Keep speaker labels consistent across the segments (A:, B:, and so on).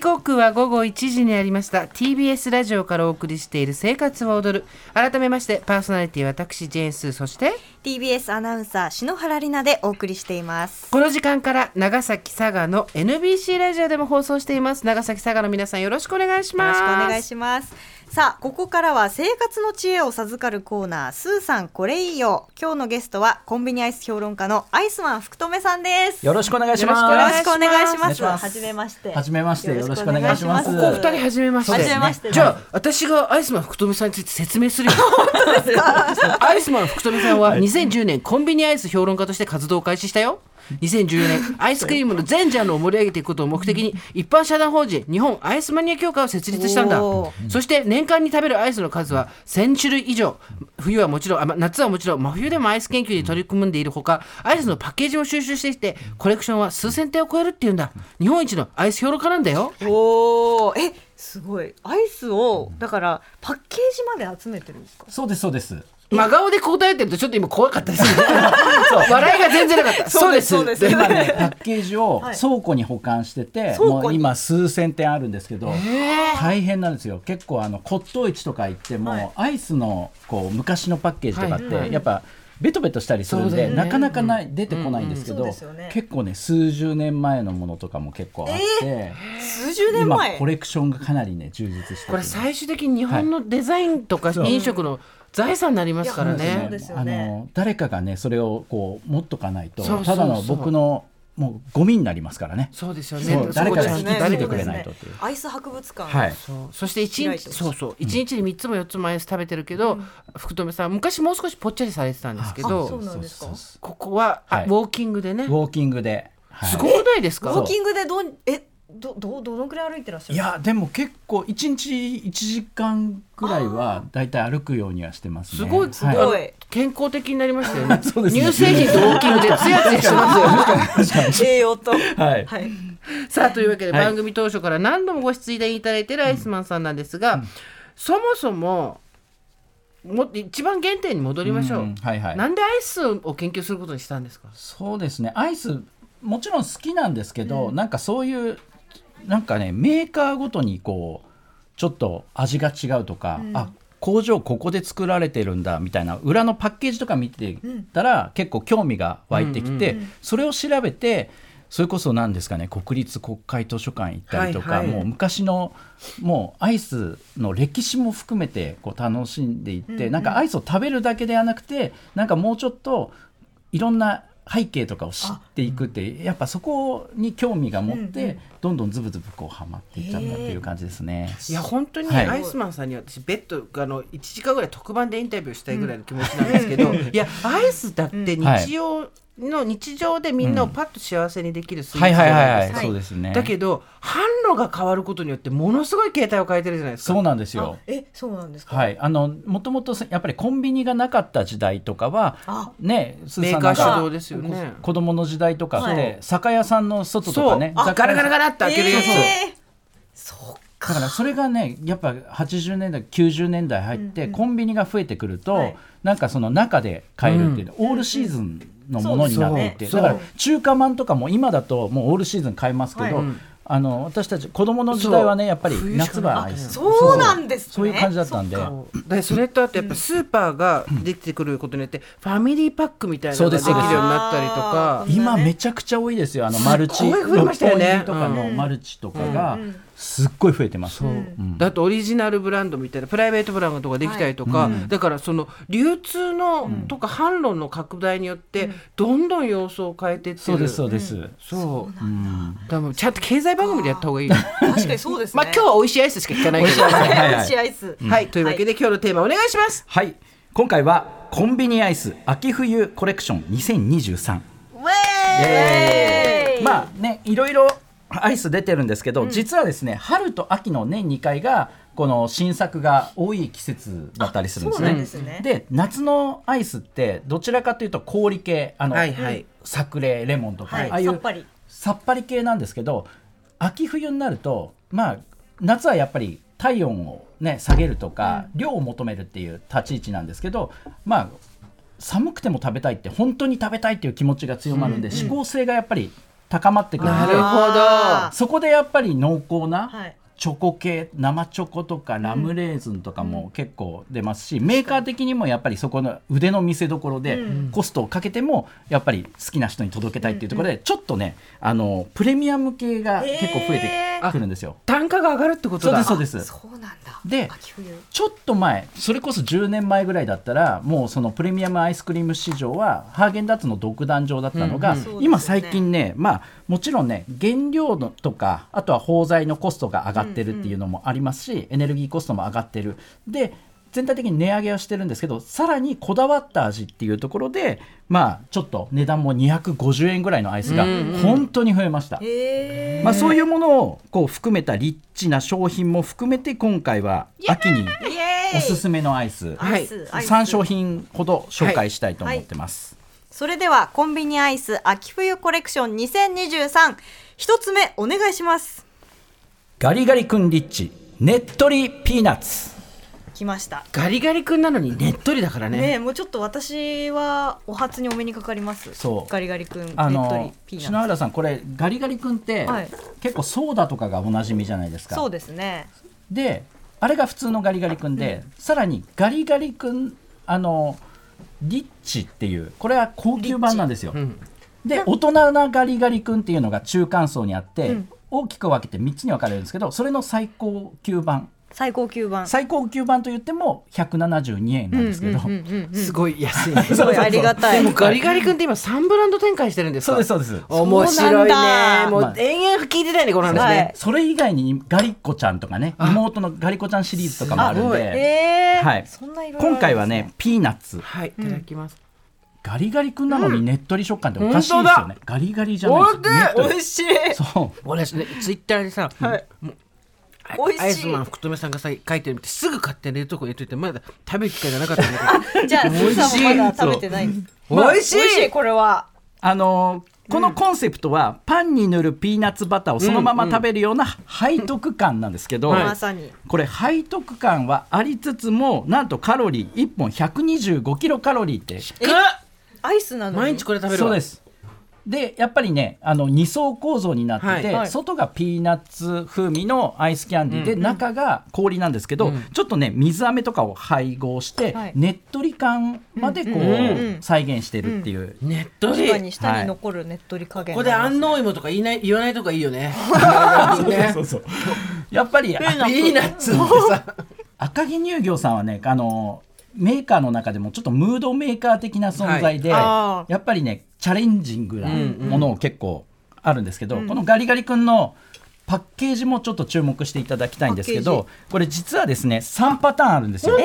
A: 刻は午後1時になりました TBS ラジオからお送りしている「生活は踊る」改めましてパーソナリティ私ジェーンスーそして
B: TBS アナウンサー篠原里奈でお送りしています
A: この時間から長崎佐賀の NBC ラジオでも放送しています長崎佐賀の皆さんよろしくお願いし
B: よろ
A: ま
B: し
A: す
B: くお願いしますさあここからは生活の知恵を授かるコーナースーさんこれいいよ今日のゲストはコンビニアイス評論家のアイスマン福留さんです
C: よろしくお願いします。
B: よろしくお願いし
C: お願
B: ます
C: いします
B: はじめまして
C: はじめましてよろしくお願いします
B: よろ
A: ここ
B: しくお
A: 二
B: 願い
A: 人初めまして
B: 初めまして
A: じゃあ私がアイスマン福留さんについて説明 するよアイスマン福留さんは2010年コンビニアイス評論家として活動を開始したよ2014年アイスクリームの全ジャンルを盛り上げていくことを目的に一般社団法人日本アイスマニア協会を設立したんだ
B: お
A: そして年間に食べるアイスの数は1000種類以上冬はもちろんあま夏はもちろん真冬でもアイス研究に取り組んでいるほかアイスのパッケージも収集していてコレクションは数千点を超えるっていうんだ日本一のアイス評論家なんだよ
B: おおえすごいアイスをだからパッケージまで集めてるんですか
C: そうですそうです。
A: 真顔で答えてるとちょっと今怖かったですね 笑いが全然なかった
B: そ
A: そうう
B: で
A: ですす
B: そう です
A: で
C: 今ねパッケージを
B: はい
C: 倉庫に保管してて、
B: 庫に
C: もう今数千点あるんですけど、大変なんですよ。結構あの骨董市とか行っても、
B: はい
C: アイスのこう昔のパッケージとかっ
A: はいは
C: てやっぱ。ベトベトしたりする
A: そ
C: ん
A: うだ
C: で、
A: よね
C: なかなかない、出てこないんですけ
B: う
C: ど、
B: んうんそうですよね
C: 結構ね数十年前のものとかも結構あって、
B: 数十年
C: 今
B: 前
C: コレクションがかなりね充実してて
A: これ最終的に日本のデザインとか飲食の財産になりますから
B: いやそう
A: ね
B: ですよね
C: あの誰かがねそれをこう持っとかないと
A: そうそうそう
C: ただの僕のもうゴミになりますからね。
A: そうですよ
C: そ
A: ね
C: う誰かが
A: そ
C: 引
A: う
C: き
A: ですね
C: 継いでくれないとっていう。
B: アイス博物館、
C: はい。
A: そうそして一
B: 開い
A: 日
B: てほしい
A: そうそう一日に三つも四つもアイス食べてるけど、福留さん昔もう少しぽっちゃりされてたんですけ
B: あそう
A: ど
B: なんですか
C: そうそう
A: ここは、あ
C: はい
A: ウォーキングでね
C: そうウォーキングで。はい
A: すごくないです
B: ウ
A: か
B: ォーキングでどんえどどどのくらい歩いてらっしゃる
C: いやでも結構一日一時間くらいはだいたい歩くようにはしてますね。
A: すごい、
C: は
B: すごい
A: あの健康的になりましたよね
C: そうですね
A: 乳製品とウォーキングでツヤツヤしますよね
B: 栄養と
C: はい
B: はい
A: さあというわけで
C: はい
A: 番組当初から何度もご出演いただいてるアイスマンさんなんですが、そもそもも一番原点に戻りましょう、
C: うんはいはい。
A: なんでアイスを研究することにしたんですか
C: そうですねアイスもちろん好きなんですけど、なんかそういうなんかねメーカーごとにこうちょっと味が違うとか、あ工場ここで作られてるんだみたいな裏のパッケージとか見てたら、結構興味が湧いてきて、それを調べてそれこそ何ですかね国立国会図書館行ったりとか、
A: はいはい
C: もう昔のもうアイスの歴史も含めてこう楽しんでいって、なんかアイスを食べるだけではなくてなんかもうちょっといろんな背景とかを知っていくってやっぱそこに興味が持って、どんどんズブズブこうハマっていっちゃったっていう感じですね。
A: いや本当に
C: はい
A: アイスマンさんに私別途あの1時間ぐらい特番でインタビューしたいぐらいの気持ちなんですけど、いやアイスだって日常の日常でみんなをパッと幸せにできるスイーツ
C: は
A: じ
C: い
A: ゃ
C: はいは
A: ないで
C: いはい、
A: すか。
C: そうですね。
A: だけど販路が変わることによってものすごい形態を変えてるじゃないですか。
C: そうなんですよ。
B: えそうなんですか
C: はい、あのもともとやっぱりコンビニがなかった時代とかは
B: あ
C: ねス
A: メーカ
C: なん
A: ー
C: か
A: 主導ですよね。
C: 子供の時代とかっ
B: は
C: て酒屋さんの外と
A: そ
C: か
A: う、
C: ね
A: あ
C: 雑
A: ガ
C: 貨
A: ラガラガラって開けるやつ。
B: えーそう
C: だからそれがねやっぱ80年代90年代入ってコンビニが増えてくると、
B: はい
C: なんかその中で買えるっていう、オールシーズンのものになっていて、
A: そう
C: だ
A: そう
C: から中華まんとかも今だともうオールシーズン買えますけど、
B: はい
C: あの私たち子供の時代はね
A: そう
C: やっぱり
A: 冬しか
C: 夏
A: なか
C: は
A: った
C: アイス
B: そうなんですね
C: そういう感じだったんで。
A: そうでそれとあとやっぱスーパーができてくることによってファミリーパックみたいなのができるようになったりとか
B: そうです
C: 今めちゃくちゃ多いですよあのマルチ
A: すっごい増えましたよね
C: 六本木とかのマルチとかがすっごい増えてます、うん
A: だとオリジナルブランドみたいなプライベートブランドができたりとか、だからその流通のとか販路の拡大によってどんどん様相を変えてってる
C: そうですそうです、
A: そうだからもうちゃんと経済番組でやった方がいいよ
B: 確かにそうです
A: ま
B: ね
A: あ今日は美味しいアイスしか聞かないけど
C: 美味しいアイス
B: はい美味しいアイス
A: はいというわけで今日のテーマお願いします
C: はい今回はコンビニアイス秋冬コレクション2023
B: はい
C: まあねいろいろアイス出てるんですけど、実はですね春と秋の年2回がこの新作が多い季節だったりするんで
B: あ
C: すね。
B: そうなんですね
C: で夏のアイスってどちらかというと氷系あの、
A: はいはい
C: 作例レモンとか、
B: はい
C: ああい
B: さっ
C: う
B: ぱり
C: さっぱり系なんですけど秋冬になるとまあ夏はやっぱり体温をね下げるとか、量を求めるっていう立ち位置なんですけどまあ寒くても食べたいって本当に食べたいっていう気持ちが強まるんで、指向性がやっぱり高まってくる
A: な
C: の
A: る
C: で
A: ほど
C: そこでやっぱり濃厚な
B: はい。
C: チョコ系生チョコとかラムレーズンとかも結構出ますし、メーカー的にもやっぱりそこの腕の見せどころで
B: うん
C: コストをかけてもやっぱり好きな人に届けたいっていうところでちょっとねあのプレミアム系が結構増え
B: へ
A: ー
C: てくるんですよ。
A: 単価が上がるってこと
C: そう
A: だ
C: ですそうです
B: そうなんだ。
C: で
B: 秋冬。
C: ちょっと前それこそ10年前ぐらいだったらもうそのプレミアムアイスクリーム市場はハーゲンダッツの独壇場だったのが、
A: うんうん
B: そうですよね
C: 今最近ねまあもちろんね原料のとかあとは包材のコストが上がってるっていうのもありますし、エネルギーコストも上がってるで全体的に値上げはしてるんですけどさらにこだわった味っていうところでまあちょっと値段も250円ぐらいのアイスが
A: うんうん
C: 本当に増えました。
B: ええ。
C: まあ、そういうものをこう含めたリッチな商品も含めて今回は秋に
B: イエーイ。
C: おすすめのアイス
A: はい
B: アイス。アイス
C: 3商。品ほど紹介したいと思ってます、
B: それではコンビニアイス秋冬コレクション2023一つ目お願いします。
C: ガリガリ君リッチねっとりピーナッツ
B: 来ました。
A: ガリガリ君なのにねっとりだからね
B: ねえもうちょっと私はお初にお目にかかります。
C: そう
B: ガリガリ君ねっ
C: あ
B: とり
C: の
B: ピー
C: 篠
B: ナッ
C: 原さんこれガリガリ君って、
B: はい
C: 結構ソーダとかがおなじみじゃないです
B: ツ。
C: か
B: そうですね。
C: であれが普通のガリガリ君で、さらにガリガリ君あのリッチっていうこれは高級版なんですよ、
A: うん
C: で大人なガリガリ君っていうのが中間層にあって、
B: うん
C: 大きく分けて3つに分かれるんですけどそれの最高級版
B: 最高級版。
C: 最高級版といっても172円なんですけど、
B: うんうんうんうん
A: すごい安いね
B: すごいありがたい。
A: でもガリガリ君って今3ブランド展開してるんです
C: そ
A: か
C: うですそうです
A: 面白い
B: そうなん
A: ね
B: だ
A: も
C: ま
A: う
C: あ
A: 延々聞いてたいねこの話
B: は
A: ね
B: い
C: それ以外にガリッコちゃんとかね妹のガリコちゃんシリーズとかもあるん
A: すごい
C: で、
B: ええ。
C: はい
B: そんないろいろあるんですね
C: 今回はねピーナッツ
A: はいいただきます
C: ガリガリ君なのにねっとり食感っておかしいですよね、ガリガリじゃないですねっと
B: お
C: り
B: いしい。
C: そう
A: 俺ねツイッターでさ
B: はい
A: もう
B: 美味しい
A: アイスマン福留さんがさ書いてるの見てすぐ買って冷凍庫に入れといてまだ食べる機会がなかったんだけ
B: じゃあ、
A: 美
B: スー
A: 味しい
B: さんもまだ食べてない。
A: ど美味し
B: 美味しい、
A: い
B: これは。
C: あのーこのコンセプトは、パンに塗るピーナッツバターをそのまま食べるような背徳感なんですけど、
A: はい
B: まさに。
C: これ背徳感はありつつもなんとカロリー1本125キロカロリーって
B: えアイスなのに。
A: 毎日これ食べる
C: そ
A: わ
C: うですでやっぱりねあの2層構造になってて、
A: はい
B: はい
C: 外がピーナッツ風味のアイスキャンディーで、中が氷なんですけど、
A: うん
C: ちょっとね水飴とかを配合して、
B: はい
C: ねっとり感までこう、
A: うん
C: 再現してるっていう、
A: ねっと
B: 確かに
A: り
B: 下に残るねっとり加
A: こ
B: 減
A: こ
B: が
A: で
B: あり
A: 安
B: ます。
A: 納芋とか言いない言わないとこがいいよ ねね
C: そうそうやっぱりあ
A: ピーナッ ツってさ
C: 赤城乳業さんはねあのメーカーの中でもちょっとムードメーカー的な存在で、
B: はいあー
C: やっぱりねチャレンジングな
A: うんうん
C: ものを結構あるんですけど、
B: ん
C: このガリガリ君のパッケージもちょっと注目していただきたいんですけ
B: パッ
C: どこれ実はですね3パターンあるんですよ。
A: 違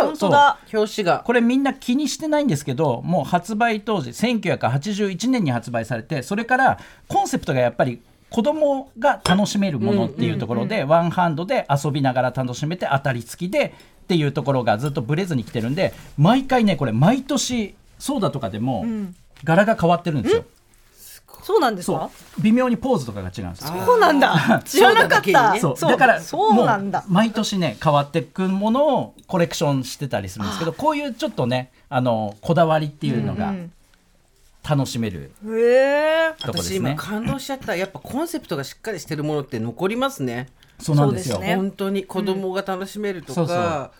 B: 本
A: う
B: 当だ。
A: 表紙が
C: これみんな気にしてないんですけどもう発売当時1981年に発売されてそれからコンセプトがやっぱり子供が楽しめるものっていうところで、ワンハンドで遊びながら楽しめて当たり付きでっていうところがずっとブレずに来てるんで毎回ねこれ毎年ソーダとかでも
B: ん
C: 柄が変わってるんですよ、
B: そうなんです
C: そ
B: か。
C: う微妙にポーズとかが違うんですよ
B: そうなん だ。知らなかっ
A: そうだ
B: た。
A: けにね
C: そうだから
B: そうなんだ
C: もう。毎年ね変わってくものをコレクションしてたりするんですけどこういうちょっとねあのこだわりっていうのが
B: うん
C: 楽しめる
B: へえ。
C: とこです
A: 私今
C: ね、
A: 感動しちゃったやっぱコンセプトがしっかりしてるものって残りますね
C: そうなんですよ
B: そうですね
A: 本当に子供が楽しめると
C: うんそうそう
A: か、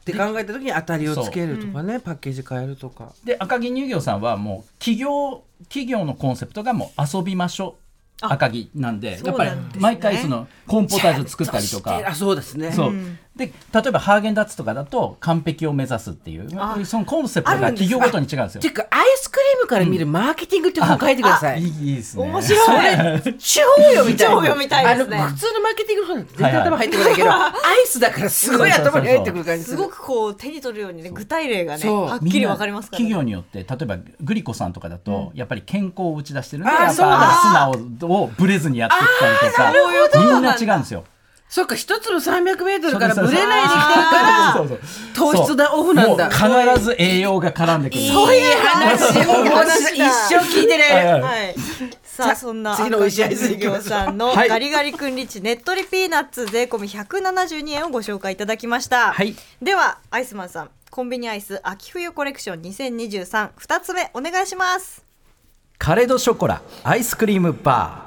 A: って考えた時に当たりをつけるとかね、パッケージ変えるとか。
C: で赤城乳業さんはもう企業企業のコンセプトがもう遊びましょう赤城なんで
B: そうな
C: やっ
B: んです
C: ぱ
B: ね
C: り毎回そのコーンポタージュ作ったりと
A: ちゃんしてあ
C: か。
A: そうですね。
C: そううんで例えばハーゲンダッツとかだと完璧を目指すっていう
B: あ
C: そのコンセプト
B: あ
C: が
B: るんです
C: 企業ごとに違うんですよ
A: て。いうかアイスクリームから見るマーケティングって本書いてくださ
C: いい
A: い。
C: いいですね。
B: 面白い。
A: 地方よみたいな。
B: 地方よみたいですね
A: あの普通のマーケティングの方だと全然頭入ってこないけど、アイスだからすごい頭に入ってくる感じ
B: す
A: す
B: ご
A: る。
B: くこう手に取るようにね具体例がね
A: そう
B: はっきりわかりますからね。
C: みんな企業によって例えばグリコさんとかだと、やっぱり健康を打ち出してるんで
A: あー
C: やっ
A: そう
C: ぱ
B: だ
C: 素直をブレずにやってきたりとかみんな違うんですよ。
A: そっか一粒三百メートルから
C: そう
A: ブ
C: そうそう
A: レないで来てるから
C: そうそうそう
A: 糖質だオフなんだ。
C: そうもう必ず栄養が絡んでくる
A: そういう話
B: いい話
A: 一生聞いて
C: はいは
A: ね。
C: い
B: はい。さあそんな
A: 次の美味しいアイス
B: 赤
A: 行きま
B: 城
A: しょう
B: さんの
C: はい
B: ガリガリ君リッチねっとりピーナッツ税込み172円をご紹介いただきました。
C: はい
B: ではアイスマンさんコンビニアイス秋冬コレクション2023二つ目お願いします。
C: カレドショコラアイスクリームバ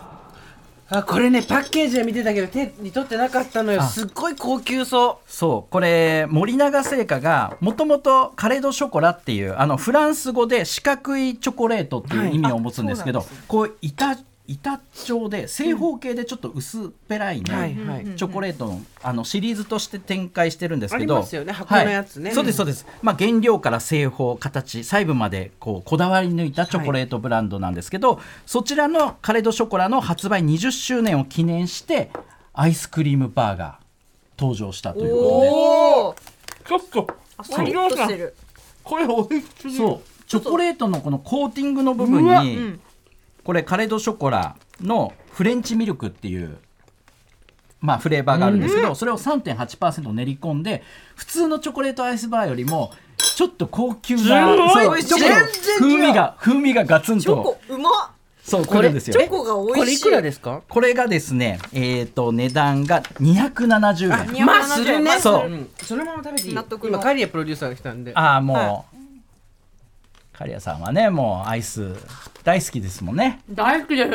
A: あこれねパッケージは見てたけど手に取ってなかったのよすっごい高級そ
C: ーそうこれ森永製菓がもともとカレドショコラっていうあのフランス語で四角いチョコレートっていう意味を持つんですけど、
B: はいあ
C: こう板板状で正方形でちょっと薄っぺらいね、
A: う、はいはい、
C: チョコレートのあのシリーズとして展開してるんですけど
A: ありますよね箱のやつね
C: はいそうですそうです、まあ、原料から製法形細部までこうこだわり抜いたチョコレートブランドなんですけど、そちらのカレドショコラの発売20周年を記念してアイスクリームバーが登場したというこ
B: おお
A: ちょっと
B: パリッとしてる
A: これおいし
C: とでそうチョコレートのこのコーティングの部分
A: うわう
C: に、これカレドショコラのフレンチミルクっていう、まあ、フレーバーがあるんですけど、それを3.8%練り込んで普通のチョコレートアイスバーよりもちょっと高級な
A: す
C: そ
A: ご
C: う
A: い
C: チョコの
B: 全然違う
C: 風味が風味がガツン
B: チョコ
C: と
B: うまっ
C: そうくるんです
B: チ
C: よ
B: ョ。コが美
A: こ
B: 味
A: れ
B: し
A: い
B: い
A: くらですか
C: これがですね、えっ、と値段が270
B: 270
C: 円。
A: まあするね
B: まあ
C: そう
A: うんそのまま食べていい
B: 納得の
A: 今カリアプロデューサーが来たんで
C: ああもう、
B: は
C: カリアさんはねもうアイス大好きですもんね。
D: 大好きです。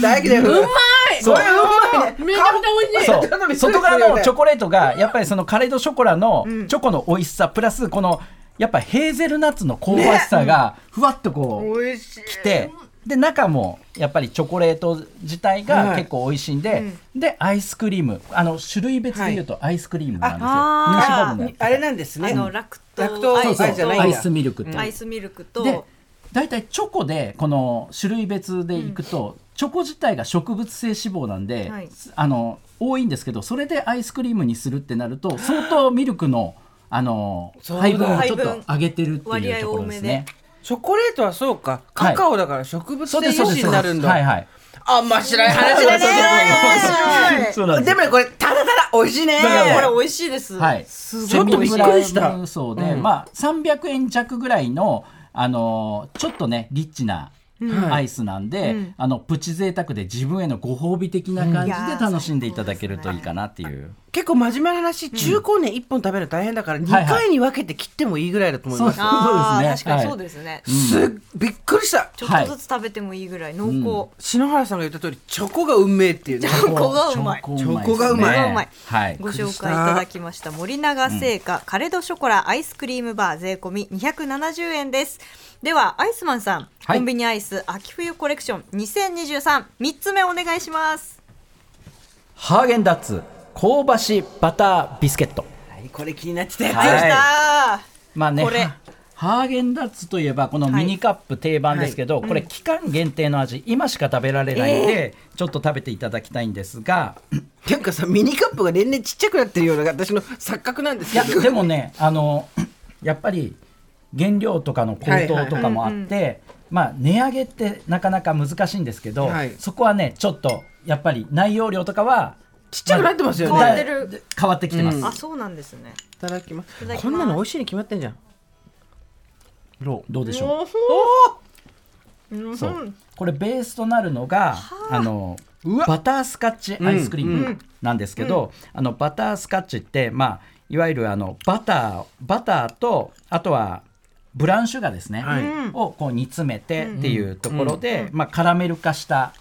A: 大丈夫うまい
C: そう
A: これうまいね
D: めちゃくちゃ美味しい。
C: そう
A: 頼み
C: 外側のチョコレートがやっぱりそのカレードショコラのチョコの美味しさプラスこのやっぱヘーゼルナッツの香ばしさがふわっとこ
A: おいしいう
C: きてで中もやっぱりチョコレート自体が
A: はい
C: 結構美味しいんで、でアイスクリームあの種類別で言うとアイスクリームなんですよ、
B: あ
C: 乳
A: あ
C: 脂肪分が
A: れなんですね
B: あのラクト
A: ラクト
B: アイ
A: あれ
B: ス
A: じゃないん
B: と
A: だ
C: アイスミルクって、
B: アイスミルク
C: で
B: と
C: 大体チョコでこの種類別でいくと、チョコ自体が植物性脂肪なんで、
B: はい
C: あの多いんですけどそれでアイスクリームにするってなると相当ミルクのあの
A: そうだ
C: 配分をちょっと上げてるって
B: 割
C: いう
B: 合
C: ところです
B: 多め
C: ね
B: で。
A: チョコレートはそうか
C: はい
A: カカオだから植物性
C: そうで
A: 油
C: すそうで
A: 脂になる
C: す
A: んだ、
C: はいはい。
A: あ面白い話だね
C: そうなんで
A: で
C: す
A: もねこれただただ美味しいね
C: そうなんです
B: これ美味しいです
C: はい。
B: す
A: ちょっとびっくりした
C: そうで、
A: うん
C: まあ300円弱ぐらいのあのちょっとねリッチな。
A: ん
C: アイスなんで、
B: うん
C: あのプチ贅沢で自分へのご褒美的な感じで楽しんでいただけるといいかなっていう。
A: 結構真面目な話中高年1本食べるの大変だから2
C: はいはい
A: 回に分けて切ってもいいぐらいだと思います、
B: あー
C: そうです
B: 確
C: ね
B: かにそうですね
A: すっびっくりした
B: ちょっとずつ食べてもいいぐらい濃厚
A: 篠原さんが言った通りチョコが運命っていうね
B: チョコがうまい
A: チョコがうまい
C: です
B: チョコがう
C: ね
B: まい
C: はい。
B: ご紹介いただきました森永製菓、カレドショコラアイスクリームバー税込み270円ですではアイスマンさん、
C: はい
B: コンビニアイス秋冬コレクション20233三つ目お願いします
C: ハーゲンダッツ香ばしバタービスケット。
A: はいこれ気になってたやつ
C: はい
B: できた
C: まあね
B: これ。
C: ハーゲンダッツといえばこのミニカップ定番ですけど、これ期間限定の味今しか食べられないんで、ちょっと食べていただきたいんですが
A: ていうかさミニカップが年々ちっちゃくなってるような私の錯覚なんです
C: い
A: け
C: や
A: ど
C: でもねあのやっぱり原料とかの高騰とかもあって、まあ値上げってなかなか難しいんですけど、
A: はい
C: そこはねちょっとやっぱり内容量とかは
A: ちっちゃくなってますよね、
B: 変わ
A: い
B: っ、てる
C: 変わってきてます、
A: うん
B: あそうなんですね
A: ただきます
B: ただきます
A: こんなの美味しいに決まってんじゃん
C: どうでしょ
B: うん
C: うそうこれベースとなるのがあの
A: うわ
C: バタースカッチアイスクリームなんですけど、あのバタースカッチって、まあ、いわゆるあのバターバターとあとはブラウンシュガーですね、
A: はい
C: をこう煮詰めてっていうところで、まあ、カラメル化した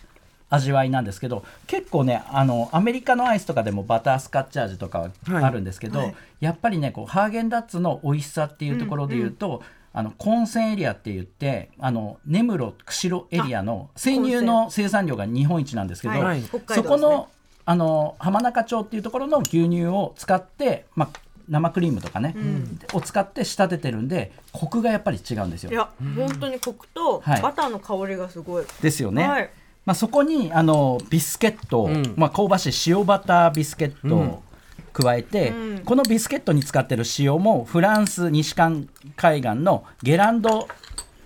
C: 味わいなんですけど結構ねあのアメリカのアイスとかでもバタースカッチ味とかは
A: はい
C: あるんですけど、やっぱりねこうハーゲンダッツの美味しさっていうところで言うと、あの混戦エリアって言ってあの根室釧路エリアの生乳の生産量が日本一なんですけど、
A: はい
B: 北海道ですね
C: そこのあの浜中町っていうところの牛乳を使って、まあ、生クリームとかね、を使って仕立ててるんでコクがやっぱり違うんです
B: い
C: よ。
B: や本当にコクと
C: はい
B: バターの香りがすごい、
C: ですよね。
B: はい
C: まあ、そこにあのビスケット、
A: ん
C: まあ、香ばしい塩バタービスケットを加えて、
B: うん
C: このビスケットに使ってる塩もフランス西海岸のゲランド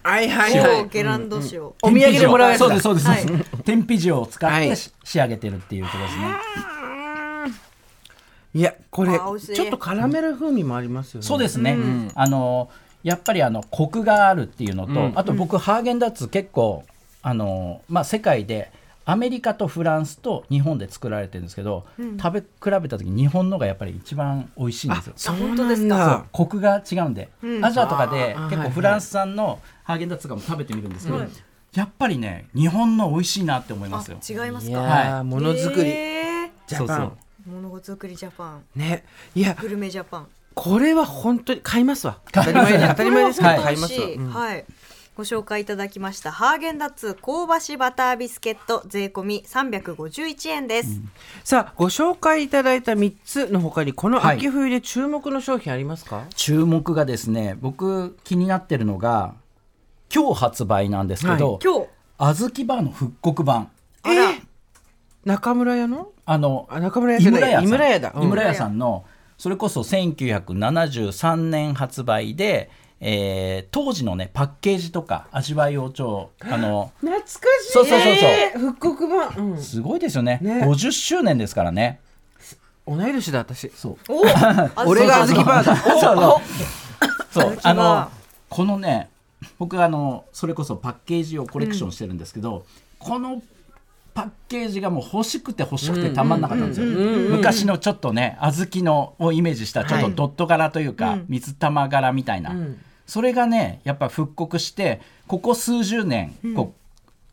A: はいはいは
B: 塩、
A: い
B: ゲランド塩、
A: お土産でもらうやつだ
C: そうですそうです、
B: はい
C: そうです天日塩を使って、
A: はい
C: し仕上げてるっていうところですね。
A: いやこれ
B: あー美味しい
A: ちょっとカラメル風味もありますよね
C: そうですね、あのやっぱりあのコクがあるっていうのと、あと僕ハーゲンダッツ結構あの、まあ、世界でアメリカとフランスと日本で作られてるんですけど、食べ比べた時に日本のがやっぱり一番美味しいんですよ
A: そう
B: 本当ですか
A: なんだ
C: コクが違うんで、アジアとかで
A: あーは
C: 結
A: いは
C: 構
A: い
C: フランス産のハーゲンダッツとかも食べてみるんですけど、
B: はい
C: やっぱりね日本の美味しいなって思いますよ
B: あ違います
A: い
B: か
A: や
C: は
A: ーものづくり
B: え
A: ジャ
C: そう
A: パ
C: そ
A: ン
C: う
B: ーものづくりジャパン
A: ねいや
B: グルメジャパン
A: これは本当に買いますわ当たり
C: 買います
A: 前で当たり前ですけ
C: は
A: ど
C: い
A: 買いますわうん
B: はい。ご紹介いただきましたハーゲンダッツ香ばしバタービスケット税込み351円です。
A: さあご紹介いただいた3つのほかにこの
C: はい
A: 秋冬で注目の商品ありますか、
C: 注目がですね僕気になってるのが今日発売なんですけど、
B: 今日
C: 小豆バーの復刻版
B: あら
A: え中村屋の
C: あの
A: あ中村屋
C: 井
A: じゃな
C: 村
A: い
C: 屋さん
A: 井村屋だ、うん
C: 井村屋さんのそれこそ1973年発売で、えー当時のねパッケージとか味わいを超あの
A: 懐かしい
C: そうそうそうそう
A: えー復刻版、う
C: すごいですよね
A: ね
C: 50周年ですからね
A: ん、同い年だ私
C: そう
B: お
A: 俺が小豆バーだ
C: そうそうそう
B: 小
C: あ
B: 豆バー
C: のこのね僕あのそれこそパッケージをコレクションしてるんですけど、このパッケージがもう欲しくて欲しくてたまんなかったんですよ、昔のちょっとね小豆のをイメージしたちょっとドット柄というか、水玉柄みたいな、
A: ん
C: それがねやっぱ復刻してここ数十年こ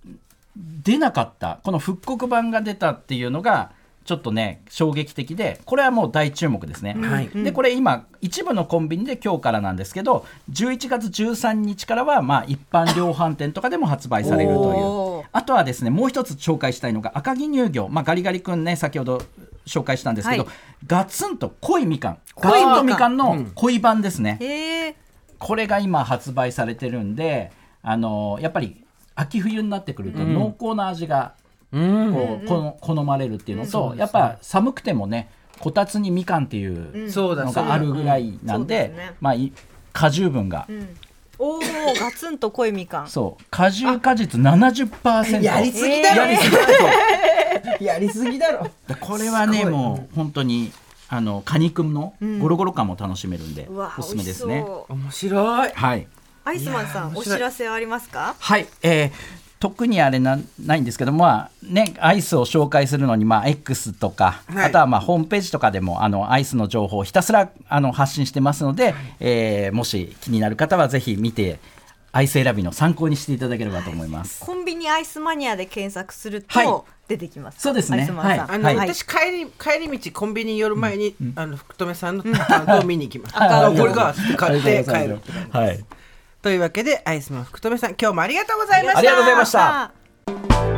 C: う出なかったこの復刻版が出たっていうのがちょっとね衝撃的でこれはもう大注目ですね、
A: はい
C: でこれ今一部のコンビニで今日からなんですけど11月13日からはまあ一般量販店とかでも発売されると
B: お
C: い
B: ー
C: うあとはですねもう一つ紹介したいのが赤城乳業、まあ、ガリガリ君ね先ほど紹介したんですけど、
B: はい
C: ガツンと濃いみかん
B: 濃
C: ガ
B: いみ
C: ツ
B: かん
C: ンとみかんの恋版ですね、
B: へえ。
C: これが今発売されてるんであのやっぱり秋冬になってくると濃厚な味が
A: うん
C: こう、この好まれるっていうのと、
A: うん
C: やっぱ寒くてもねこたつにみかんっていう
A: そうだ
C: の
A: そう
C: が
A: だ
C: あるぐらいなん
B: そう
C: で,、
B: ですね
C: まあい果汁分が、
B: おおガツンと濃いみかん。
C: そう果汁果実70%
A: やりすぎだろ、
B: えーやり
A: すぎだろやりすぎだろ
C: これはね
A: すごい
C: もう本当にあの果肉のゴロゴロ感も楽しめるんで、
B: うわ
C: おすすめです
B: 美
C: ね
B: 味し。そう
A: 面白い
C: はい
B: アイスマンさ
A: いやー
B: ん
A: 面
B: お
A: 白い
B: 知らせはありますか？
C: はい、えー特にあれなないんですけど、まあね、アイスを紹介するのに、まあ、X とか、
A: はい
C: あとはまあホームページとかでもあのアイスの情報をひたすらあの発信してますので、えーもし気になる方はぜひ見てアイス選びの参考にしていただければと思います。
B: コンビニアイスマニアで検索する
C: はい
B: と出てきます。
C: そうですね
B: アイスマンさん。
A: あ
C: は
A: の、
C: い
A: 私帰り帰り道コンビニ寄る前に、あの福留さんのアカウントを見に行きます。あこれか買って帰る。
C: はい、
A: というわけでアイスマン福留さん今日もありがとうございました。
C: ありがとうございました。